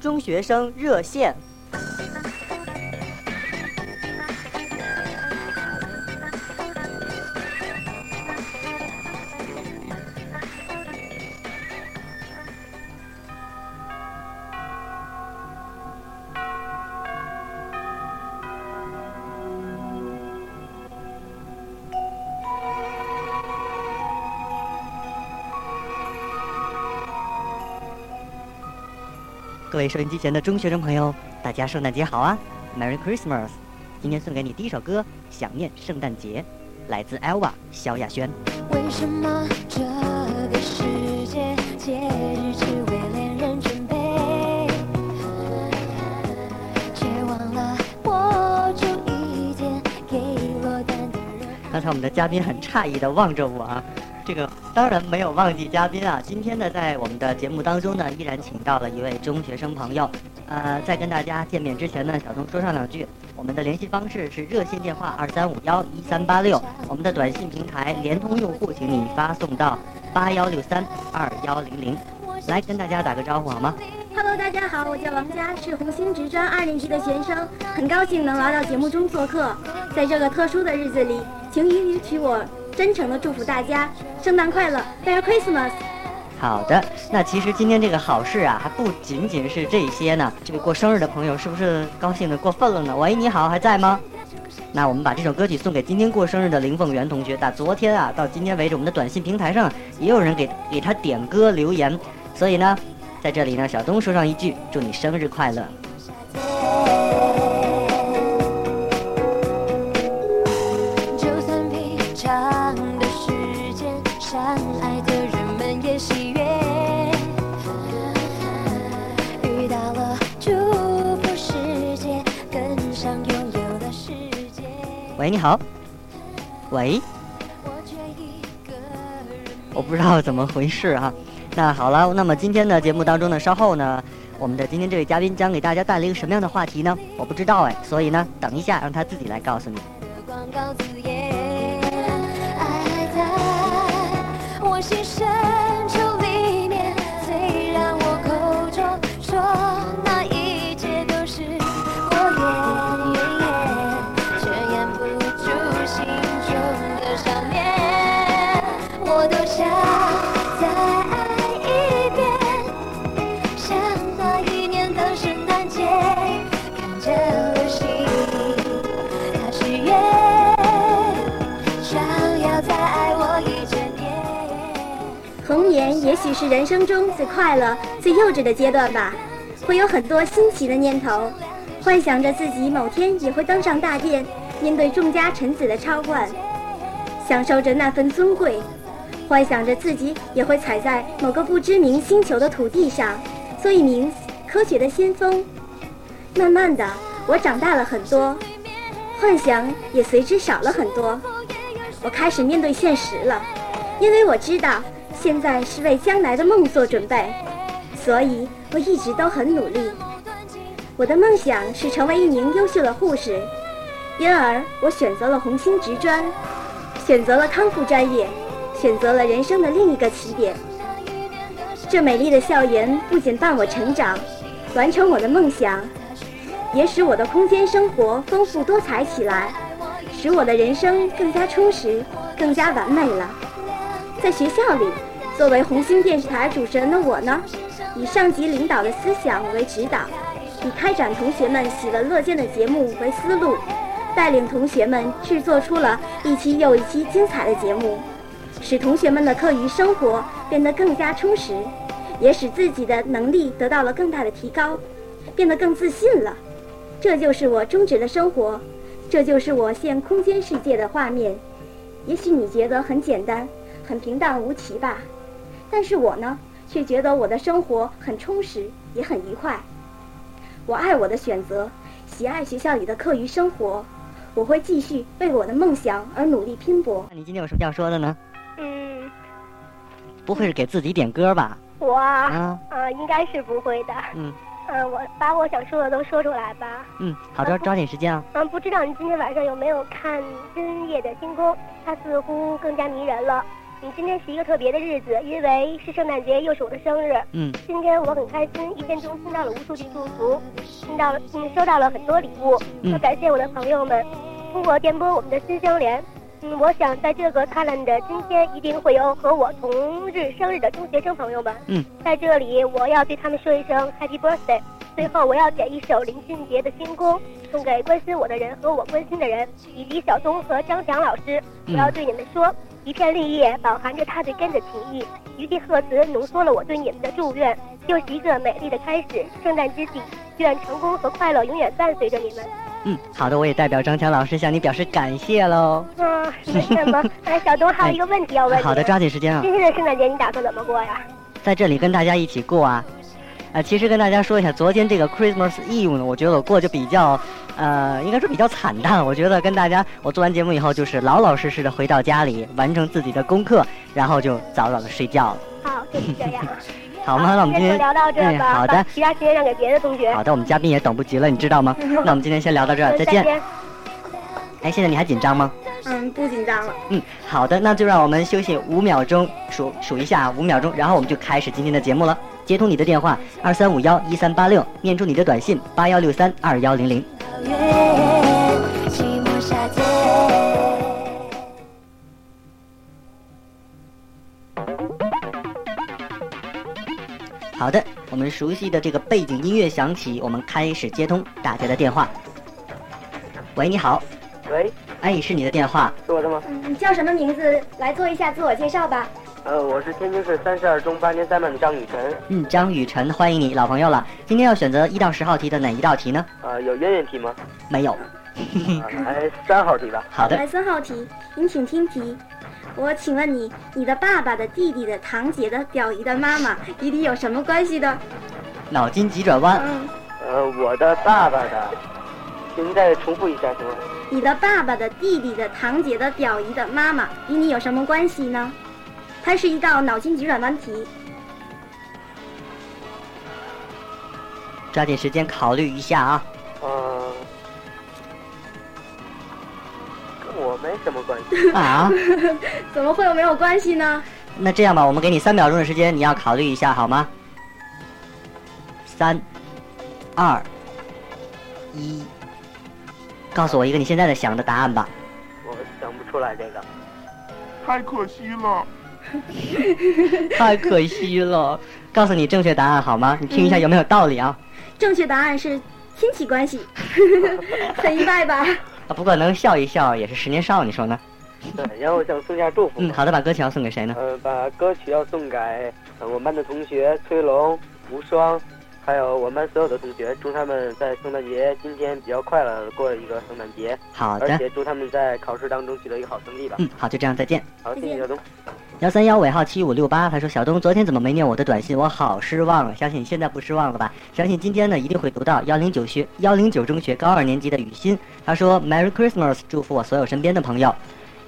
中学生热线。各位收音机前的中学生朋友，大家圣诞节好啊，Merry Christmas！今天送给你第一首歌《想念圣诞节》，来自 Elva 萧亚轩。为什么这个世界节日只为恋人准备，却忘了播种一天给落单的人？刚才我们的嘉宾很诧异的望着我啊，这个当然没有忘记嘉宾啊。今天呢，在我们的节目当中呢，依然请到了一位中学生朋友。呃，在跟大家见面之前呢，小东说上两句。我们的联系方式是热线电话二三五幺一三八六，我们的短信平台联通用户，请你发送到八幺六三二幺零零。来跟大家打个招呼好吗？ Hello，大家好，我叫王佳，是红星职专二年级的学生，很高兴能来到节目中做客。在这个特殊的日子里，请允许我真诚的祝福大家圣诞快乐，Merry Christmas！好的，那其实今天这个好事啊，还不仅仅是这些呢。这个过生日的朋友是不是高兴的过分了呢？喂，你好，还在吗？那我们把这首歌曲送给今天过生日的林凤元同学。打昨天啊到今天为止，我们的短信平台上也有人给给他点歌留言，所以呢，在这里呢，小东说上一句，祝你生日快乐。就算平常的时间，善爱的人们也喜悦。遇到了祝福世界，跟上拥有的世界。喂，你好。喂，我却一个人。我不知道怎么回事哈、那好了，那么今天的节目当中呢，稍后呢，我们的今天这位嘉宾将给大家带来一个什么样的话题呢？我不知道哎，所以呢，等一下让他自己来告诉你。广告字眼，爱在我心深处里面。虽然我口中说那一切都是火焰，却掩不住心中的想念。我多想再爱一遍，像那一年的圣诞节，看着流星。他许愿，想要再爱我一整年。童年也许是人生中最快乐、最幼稚的阶段吧，会有很多新奇的念头，幻想着自己某天也会登上大殿，面对众家臣子的召唤，享受着那份尊贵，幻想着自己也会踩在某个不知名星球的土地上，做一名科学的先锋。慢慢的，我长大了很多，幻想也随之少了很多。我开始面对现实了，因为我知道现在是为将来的梦做准备，所以我一直都很努力。我的梦想是成为一名优秀的护士，因而我选择了红星职专，选择了康复专业，选择了人生的另一个起点。这美丽的校园不仅伴我成长，完成我的梦想，也使我的空间生活丰富多彩起来，使我的人生更加充实，更加完美了。在学校里，作为红星电视台主持人的我呢，以上级领导的思想为指导，以开展同学们喜闻乐见的节目为思路，带领同学们制作出了一期又一期精彩的节目，使同学们的课余生活变得更加充实，也使自己的能力得到了更大的提高，变得更自信了。这就是我忠实的生活，这就是我现空间世界的画面。也许你觉得很简单，很平淡无奇吧，但是我呢，却觉得我的生活很充实，也很愉快。我爱我的选择，喜爱学校里的课余生活，我会继续为我的梦想而努力拼搏。那你今天有什么要说的呢？嗯，不会是给自己点歌吧？我啊，啊，呃，应该是不会的。嗯嗯，我把我想说的都说出来吧。嗯，好的，抓紧时间啊。嗯，不知道你今天晚上有没有看今夜的星空？它似乎更加迷人了。你今天是一个特别的日子，因为是圣诞节，又是我的生日。嗯今天我很开心，一天中听到了无数句祝福，听到了嗯收到了很多礼物，嗯要感谢我的朋友们，通过电波我们的新相连。嗯，我想在这个灿烂的今天，一定会有和我同日生日的中学生朋友们。嗯，在这里我要对他们说一声 Happy Birthday。最后，我要点一首林俊杰的《星空》，送给关心我的人和我关心的人，以及小东和张翔老师。嗯我要对你们说，一片绿叶饱含着他对根的情谊，一句贺词浓缩了我对你们的祝愿，又是一个美丽的开始。圣诞之际，愿成功和快乐永远伴随着你们。嗯，好的，我也代表张强老师向你表示感谢喽。嗯，没什 么。哎，小东还有一个问题要问你。好的，抓紧时间啊，今天的圣诞节你打算怎么过呀？在这里跟大家一起过啊。啊，其实跟大家说一下，昨天这个 Christmas Eve 呢，我觉得我过就比较，呃，应该说比较惨淡。我觉得跟大家，我做完节目以后，就是老老实实的回到家里，完成自己的功课，然后就早早的睡觉了，好， 就是这样。好吗？那我们今天天就聊到这哎吧，好把的，其他时间让给别的同学。嗯好的，我们嘉宾也等不及了，你知 道吗？那我们今天先聊到这儿，再再见。。哎，现在你还紧张吗？嗯，不紧张了。嗯，好的，那就让我们休息五秒钟，数数一下五秒钟，然后我们就开始今天的节目了。接通你的电话二三五幺一三八六，念出你的短信八幺六三二幺零零。草原，寂寞沙街。好的，我们熟悉的这个背景音乐响起，我们开始接通大家的电话。喂，你好，喂，哎，是你的电话，是我的吗？嗯，你叫什么名字？来做一下自我介绍吧。呃，我是天津市三十二中八年三班的张雨晨。嗯，张雨晨，欢迎你，老朋友了。今天要选择一到十号题的哪一道题呢？呃，有渊源题吗？没有。嗯啊，来三号题吧。好的，来三号题，您请听题。我请问你，你的爸爸的弟弟的堂姐的表姨的妈妈与你有什么关系呢？脑筋急转弯，嗯，呃，我的爸爸的，您再重复一下行吗？你的爸爸的弟弟的堂姐的表姨的妈妈与你有什么关系呢？它是一道脑筋急转弯题。抓紧时间考虑一下啊。 呃，跟我没什么关系。 啊，怎么会有没有关系呢？那这样吧，我们给你三秒钟的时间，你要考虑一下好吗？三、二、一，告诉我一个你现在的想的答 案吧。我想不出来这个。太可惜了。太可惜了，告诉你正确答案好吗？你听嗯一下有没有道理啊？正确答案是亲戚 关系，很意外吧？啊，不过能笑一笑也是十年少，你说呢？对，然后我想送一下祝福。嗯，。好的，把歌曲要送给谁呢？呃，把歌曲要送给呃我们班的同学崔龙、无双，还有我们班所有的同学，祝他们在圣诞节今天比较快乐地过一个圣诞节。好而的，且祝他们在考试当中取得一个好成绩吧。嗯，好，就这样，再见。好，谢谢小东。幺三幺尾号七五六八，他说小东昨天怎么没念我的短信？我好失望啊！相信你现在不失望了吧？相信今天呢一定会读到幺零九学幺零九中学高二年级的雨欣，他说 Merry Christmas，祝福我所有身边的朋友。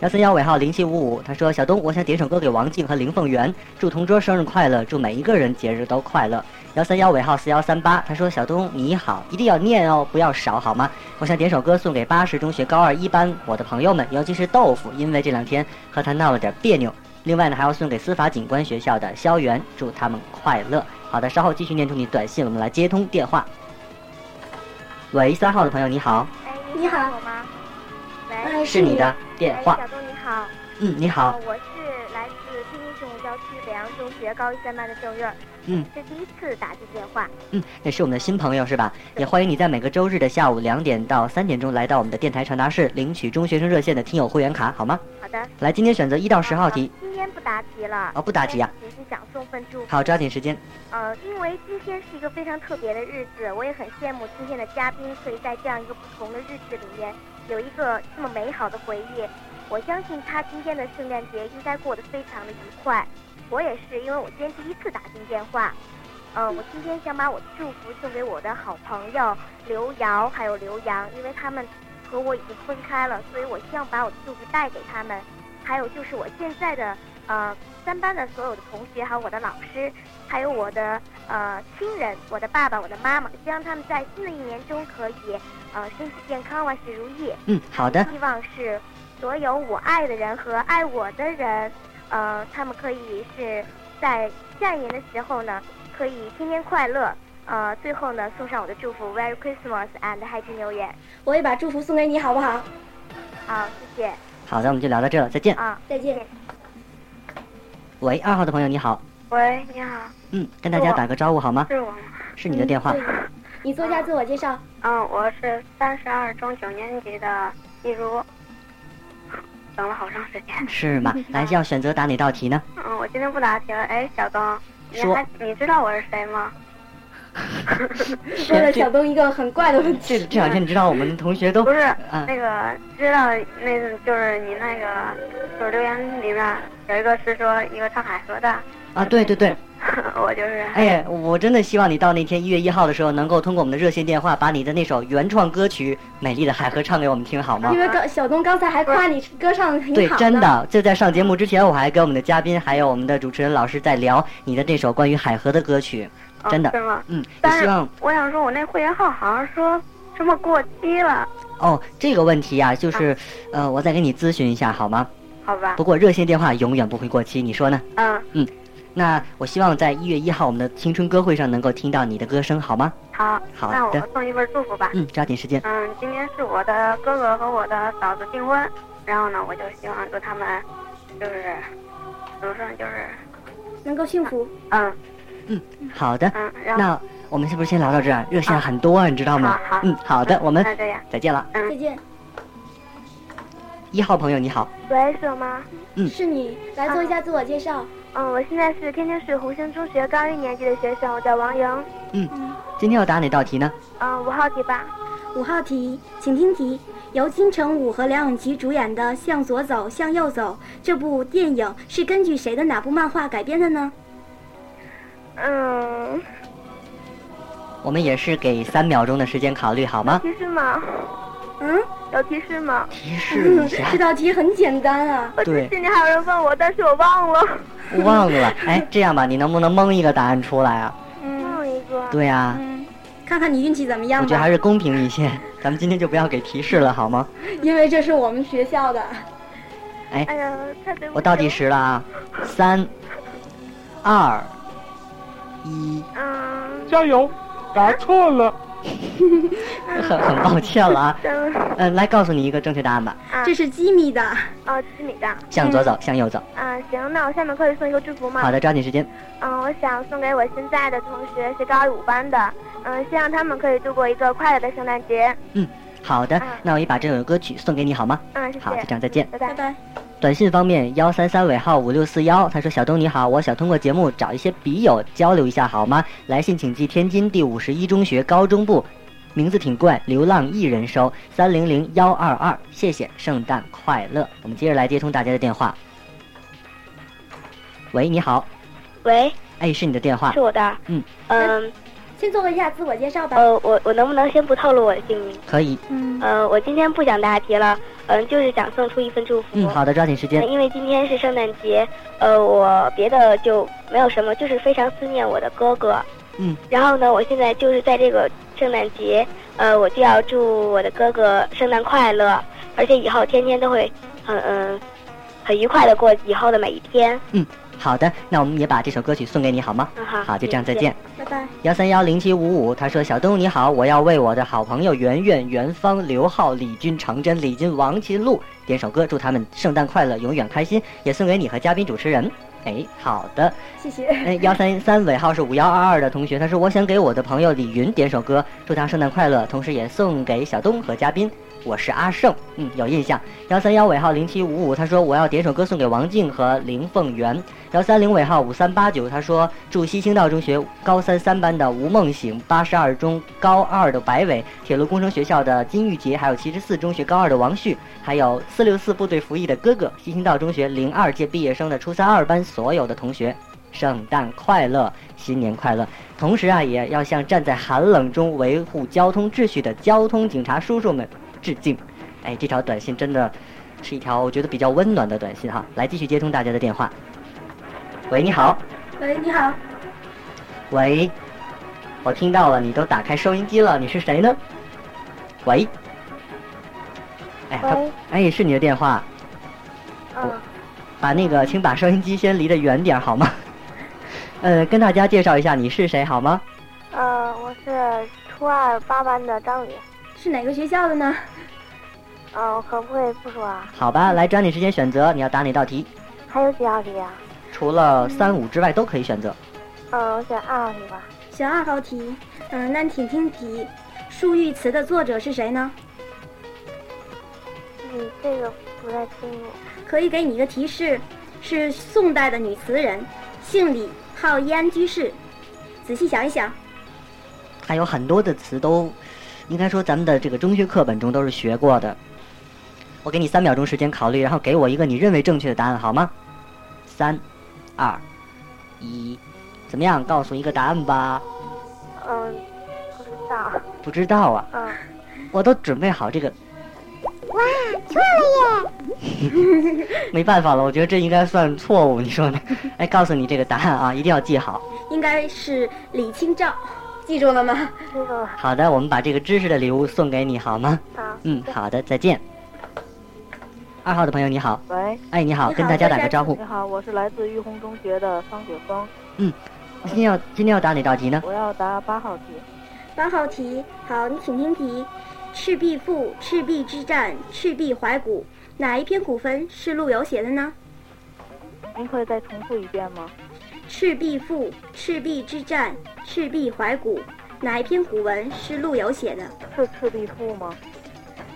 幺三幺尾号零七五五，他说小东，我想点首歌给王静和林凤元，祝同桌生日快乐，祝每一个人节日都快乐。幺三幺尾号四幺三八，他说小东你好，一定要念哦，不要少好吗？我想点首歌送给八十中学高二一班我的朋友们，尤其是豆腐，因为这两天和他闹了点别扭。另外呢，还要送给司法警官学校的肖元，祝他们快乐。好的，稍后继续念出你短信，我们来接通电话。喂，三号的朋友你好，哎，你好我吗？喂，嗯，是你的电话哎。小东你好。嗯，你好呃，我是来自天津市虹郊区北洋中学高一三班的郑月。嗯。是第一次打进电话。嗯，也是我们的新朋友是吧？也欢迎你在每个周日的下午两点到三点钟来到我们的电台传达室，领取中学生热线的听友会员卡，好吗？好的。来，今天选择一到十号题，今天不答题了。哦不答题啊。只哎是想送份祝福。好，抓紧时间。呃，因为今天是一个非常特别的日子，我也很羡慕今天的嘉宾可以在这样一个不同的日子里面有一个这么美好的回忆。我相信他今天的圣诞节应该过得非常的愉快。我也是，因为我今天第一次打进电话。呃，我今天想把我的祝福送给我的好朋友刘瑶还有刘洋，因为他们和我已经分开了，所以我希望把我的祝福带给他们。还有就是我现在的呃三班的所有的同学，还有我的老师，还有我的呃亲人，我的爸爸，我的妈妈，希望他们在新的一年中可以呃身体健康，万事如意。嗯，好的，希望是所有我爱的人和爱我的人，呃，他们可以是在下一年的时候呢，可以天天快乐。呃，最后呢，送上我的祝福，Merry Christmas and Happy New Year。我也把祝福送给你，好不好？好，谢谢。好的，我们就聊到这了，再见。啊，再见。喂，二号的朋友你好，喂，你好，嗯，跟大家打个招呼好吗？是我吗？是你的电话对。你做一下自我介绍。嗯，我是三十二中九年级的一如。等了好长时间。是吗？来，要选择答哪道题呢？嗯，我今天不答题了。哎，小东，你说还你知道我是谁吗？问了小东一个很怪的问题。这这两天你知道我们同学都不是啊那个知道那个就是你那个就是留言里面有一个是说一个唱海河的， 啊，对对对，我就是哎，我真的希望你到那天一月一号的时候，能够通过我们的热线电话，把你的那首原创歌曲《美丽的海河》唱给我们听好吗因？为刚小东刚才还夸你歌唱得挺对好，真。的，就在上节目之前，我还跟我们的嘉宾还有我们的主持人老师在聊你的那首关于海河的歌曲，嗯真的是，吗？嗯，也但希是望我想说，我那会员号好像说什么过期了，哦这个问题啊，就是呃，我再跟你咨询一下好吗？好吧不？过热线电话永远不会过期，你说呢？嗯，那我希望在一月一号我们的青春歌会上能够听到你的歌声，好吗？好，好那我的送一份祝福吧。嗯，抓紧时间。嗯，今天是我的哥哥和我的嫂子订婚，然后呢，我就希望祝他们就是怎么说呢，就是能够幸福。嗯好的，嗯，然后那我们是不是先聊到这儿？热线很多啊，你知道吗好好？嗯，好的，我们那这样，再见了。再见。一号朋友你好，喂，是我吗？嗯是你来做一下自我介绍。嗯，我现在是天津市红星中学高一年级的学生，我叫王莹。嗯嗯今天要答哪道题呢？嗯，五号题吧。五号题，请听题：由金城武和梁咏琪主演的《向左走，向右走》这部电影是根据谁的哪部漫画改编的呢？嗯，我们也是给三秒钟的时间考虑，好吗？提示吗？嗯，有提示吗？提示一下，这道题很简单啊。我对记得你还有人问我，但是我忘了。忘了。哎，这样吧，你能不能蒙一个答案出来啊？嗯，一个。对呀、看看你运气怎么样嗯我觉得还吧，是公平一些，咱们今天就不要给提示了，好吗？因为这是我们学校的。哎呀，太对不起了。我倒计时了啊，三、二、 一，嗯，加油！答错了。很很抱歉了啊。真嗯，来告诉你一个正确答案吧，啊这是机密的。哦，吉米的。向左走，向右走。啊，行，那我下面可以送一个祝福吗？好的，抓紧时间。嗯，我想送给我现在的同学是高一五班的，嗯，希望他们可以度过一个快乐的圣诞节。好的嗯，那我也把这首歌曲送给你好吗？嗯，谢谢。好，就这样，再见。拜拜拜。拜。短信方面，幺三三尾号五六四幺，他说：“小东你好，我想通过节目找一些笔友交流一下，好吗？来信请寄天津第五十一中学高中部，名字挺怪，流浪艺人收三零零幺二二，谢谢，圣诞快乐。”我们接着来接通大家的电话。喂，你好，喂，哎，是你的电话是，我的。嗯嗯先做一下自我介绍哦吧。嗯呃，我我能不能先不透露我的姓名？可以，呃，我今天不想答题了，嗯、就是想送出一份祝福。嗯，好的，抓紧时呃哎间，因为今天是圣诞节，呃，我别的就没有什么，就是非常思念我的哥哥。嗯。然后呢，我现在就是在这个圣诞节，呃，我就要祝我的哥哥圣诞快乐，而且以后天天都会很嗯、很愉快的过以后的每一天。好的，那我们也把这首歌曲送给你好吗？嗯，好。好，就这样，谢再谢见。拜拜。幺三幺零七五五，他说：“小东你好，我要为我的好朋友圆圆、元芳、刘浩、李军、程真、李金、王秦璐点首歌，祝他们圣诞快乐，永远开心，也送给你和嘉宾主持人。”哎，好的。谢谢。 哎，幺三三尾号是五幺二二的同学，他说：“我想给我的朋友李云点首歌，祝他圣诞快乐，同时也送给小东和嘉宾。”我是阿胜，嗯，有印象。幺三幺尾号零七五五，他说我要点首歌送给王静和林凤元。幺三零尾号五三八九，他说祝西青道中学高三三班的吴梦醒、八十二中高二的白伟、铁路工程学校的金玉杰，还有七十四中学高二的王旭，还有四六四部队服役的哥哥，西青道中学零二届毕业生的初三二班所有的同学。圣诞快乐，新年快乐！同时啊，也要向站在寒冷中维护交通秩序的交通警察叔叔们致敬。哎，这条短信真的是一条我觉得比较温暖的短信哈。来，继续接通大家的电话。喂，你好，喂，你好，喂，我听到了，你都打开收音机了，你是谁呢？喂，哎，他，哎，是你的电话。哦嗯，把那个，请把收音机先离得远点儿好吗？呃，跟大家介绍一下你是谁好吗？呃，我是初二八班的张宇。是哪个学校的呢？嗯、我可不可以不说啊？好吧，来抓紧时间选择，你要答哪道题？还有几道题啊？除了三五之外都可以选择。嗯，我选二号题吧。选二号题。嗯，那请听题，《漱玉词》的作者是谁呢？嗯，这个不太清楚。可以给你一个提示，是宋代的女词人，姓李，号易安居士。仔细想一想，还有很多的词都，应该说咱们的这个中学课本中都是学过的。我给你三秒钟时间考虑，然后给我一个你认为正确的答案，好吗？三、二、一，怎么样？告诉一个答案吧。嗯，不知道。 不知道啊，嗯，我都准备好这个，哇，错了耶！ 没办法了，我觉得这应该算错误，你说呢？哎，告诉你这个答案啊，一定要记好。应该是李清照，记住了吗？这个好的，我们把这个知识的礼物送给你，好吗？好。嗯，好的，再见。二号的朋友你好，喂，哎，你好，你好跟大家打个招呼你。好，我是来自育红中学的方雪峰，今天要今天要答哪道题呢？我要答八号题。八号题，好，你请听题：赤壁赋、赤壁之战、赤壁怀古，哪一篇古文是陆游写的呢？您可以再重复一遍吗？赤壁赋、赤壁之战、赤壁怀古，哪一篇古文是陆游写的？是赤壁赋吗？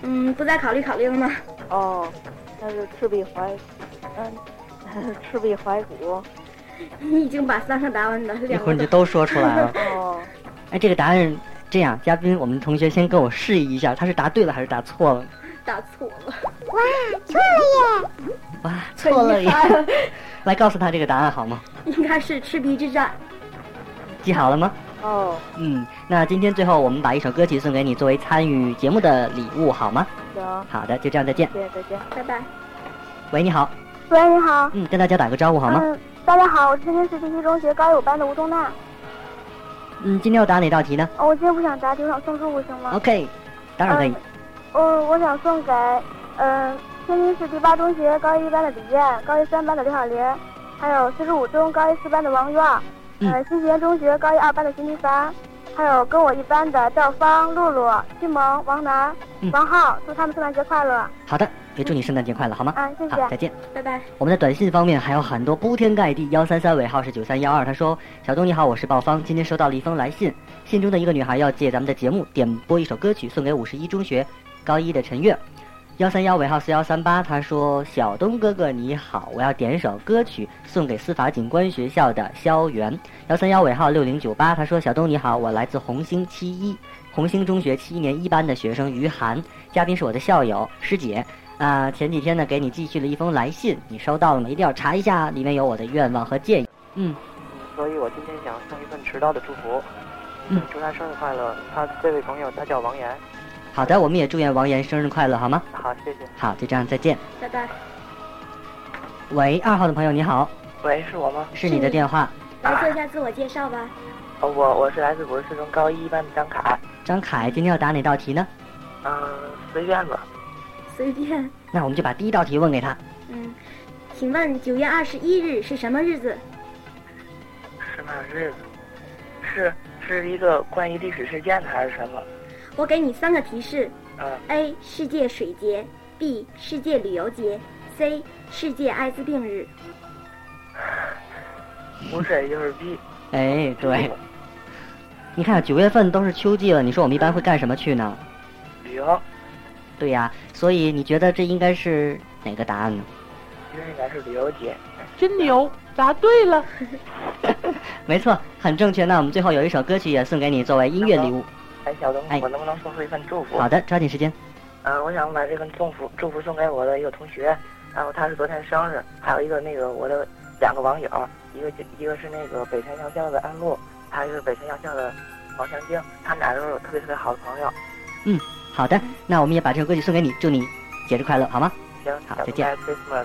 嗯，不再考虑考虑了吗？哦，那是赤壁怀，嗯， 赤壁怀古。 你已经把三个答案的一两会儿个你都就都说出来了。哦，哎，这个答案这样，嘉宾，我们同学先跟我示意一下，他是答对了还是答错了？答错了，哇，错了耶！哇，错了遗耶！憾 来告诉他这个答案好吗？应该是赤壁之战。记好了吗？哦，嗯，那今天最后我们把一首歌曲送给你，作为参与节目的礼物好吗？行，好的，就这样，再见。谢谢，再见。拜拜。喂，你好，喂，你好。嗯，跟大家打个招呼好吗？嗯，大家好，我是天市第七中学高一五班的吴中娜。嗯，今天要答哪道题呢哦我今天不想答题，我想送祝福行吗？ ？OK，当然可以。嗯，我想送给嗯天津市第八中学高一班的李艳、高一三班的刘小林，还有四十五中高一四班的王院，嗯呃新学园中学高一二班的邢迪凡，还有跟我一班的赵芳、露露、金萌、王楠、嗯王浩，祝他们圣诞节快乐！好的，也祝你圣诞节快乐好吗？啊，谢谢。好，再见。拜拜。我们的短信方面还有很多铺天盖地，幺三三尾号是九三幺二，他说：“小东你好，我是鲍方，今天收到了一封来信，信中的一个女孩要借咱们的节目点播一首歌曲，送给五十一中学高一的陈月。”幺三幺尾号四幺三八，他说：“小东哥哥你好，我要点一首歌曲送给司法警官学校的肖元。”幺三幺尾号六零九八，他说：“小东你好，我来自红星七一红星中学七年一班的学生于涵，嘉宾是我的校友师姐。啊、前几天呢给你寄去了一封来信，你收到了吗？一定要查一下，里面有我的愿望和建议。嗯，所以我今天想送一份迟到的祝福，嗯祝他生日快乐。他这位朋友他叫王岩，好的，我们也祝愿王岩生日快乐，好吗？好，谢谢。好，就这样，再见。拜拜。喂，二号的朋友你好，喂，是我吗？是你的电话，来做一下自我介绍吧。哦，我我是来自国士中高一班的张凯，张凯，今天要答哪道题呢？嗯、随便吧。随便。那我们就把第一道题问给他。嗯，请问九月二十一日是什么日子？是那日子，是是一个关于历史事件的还是什么？我给你三个提示嗯：A. 世界水节；B. 世界旅游节；C. 世界艾滋病日。不是，也就是 B。哎，对，你看九月份都是秋季了，你说我们一般会干什么去呢？旅游，对呀、所以你觉得这应该是哪个答案呢？因为应该是旅游节。真牛，答对了。没错，很正确。那我们最后有一首歌曲也送给你作为音乐礼物。哎，小东哎，我能不能送出一份祝福？好的，抓紧时间。嗯，我想把这份祝福祝福送给我的一个同学，然后他是昨天生日，还有一个那个我的两个网友，一个一个是那个北辰药校的安陆，还有一个北辰药校的王向京，他们俩都是我特别特别好的朋友。好的，那我们也把这首歌曲送给你，祝你节日快乐，好吗？行，好小再东见来 Christmas。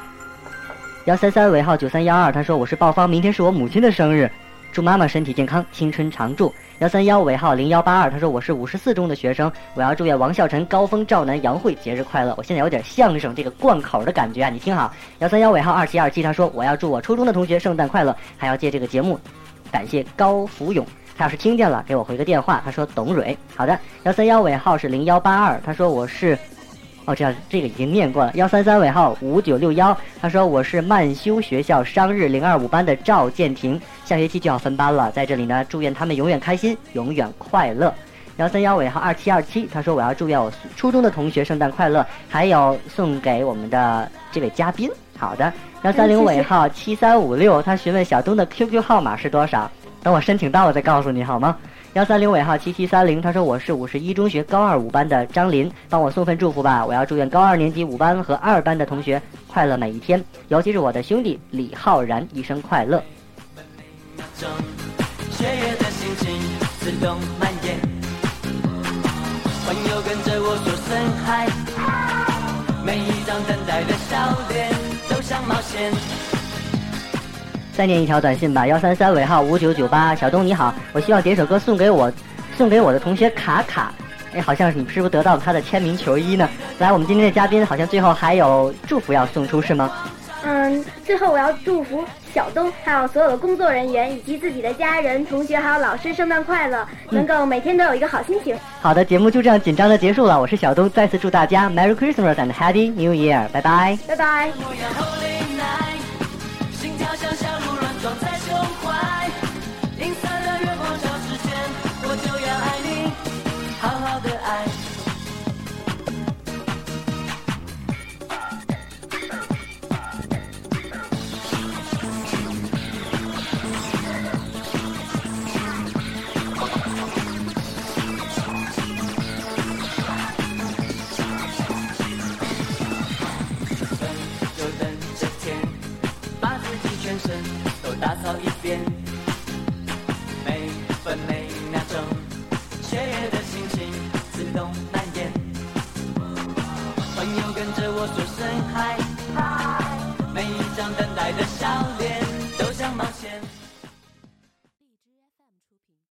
幺三三尾号九三幺二，他说我是鲍方，明天是我母亲的生日，祝妈妈身体健康，青春常驻。幺三幺尾号零幺八二，他说我是五十四中的学生，我要祝愿王啸晨、高峰、赵楠、杨慧节日快乐。我现在有点相声这个贯口的感觉啊，你听好。幺三幺尾号二七二七，他说我要祝我初中的同学圣诞快乐，还要借这个节目感谢高福勇。他要是听见了，给我回个电话。他说董蕊，好的，幺三幺尾号是零幺八二，他说我是，哦，这样这个已经念过了，幺三三尾号五九六幺，他说我是曼修学校商日零二五班的赵建平，下学期就要分班了，在这里呢，祝愿他们永远开心，永远快乐。幺三幺尾号二七二七，他说我要祝愿我初中的同学圣诞快乐，还有送给我们的这位嘉宾。好的，幺三零尾号七三五六，他询问小东的 QQ 号码是多少，等我申请到了再告诉你好吗？幺三零尾号七七三零，他说我是五十一中学高二五班的张林，帮我送份祝福吧，我要祝愿高二年级五班和二班的同学快乐每一天，尤其是我的兄弟李浩然，一生快乐。中，雀跃的心情自动蔓延。朋友跟着我说声嗨，每一张等待的笑脸都像冒险。再念一条短信吧，幺三三尾号五九九八，小东你好，我希望点首歌送给我，送给我的同学卡卡。哎，好像是你是不是得到了他的签名球衣呢？来，我们今天的嘉宾好像最后还有祝福要送出是吗？嗯，最后我要祝福小东，还有所有的工作人员以及自己的家人、同学还有老师圣诞快乐，能够每天都有一个好心情。好的，节目就这样紧张的结束了。我是小东，再次祝大家 Merry Christmas and Happy New Year，拜拜。拜拜。模样 Holy Night，心跳像小鹿乱撞在胸怀，银色的月光照之前，我就要爱你，好好的爱。就等这天，把自己全身都打扫一遍，每分每秒钟，雀跃的心情自动蔓延。朋友跟着我说声嗨，每一张等待的笑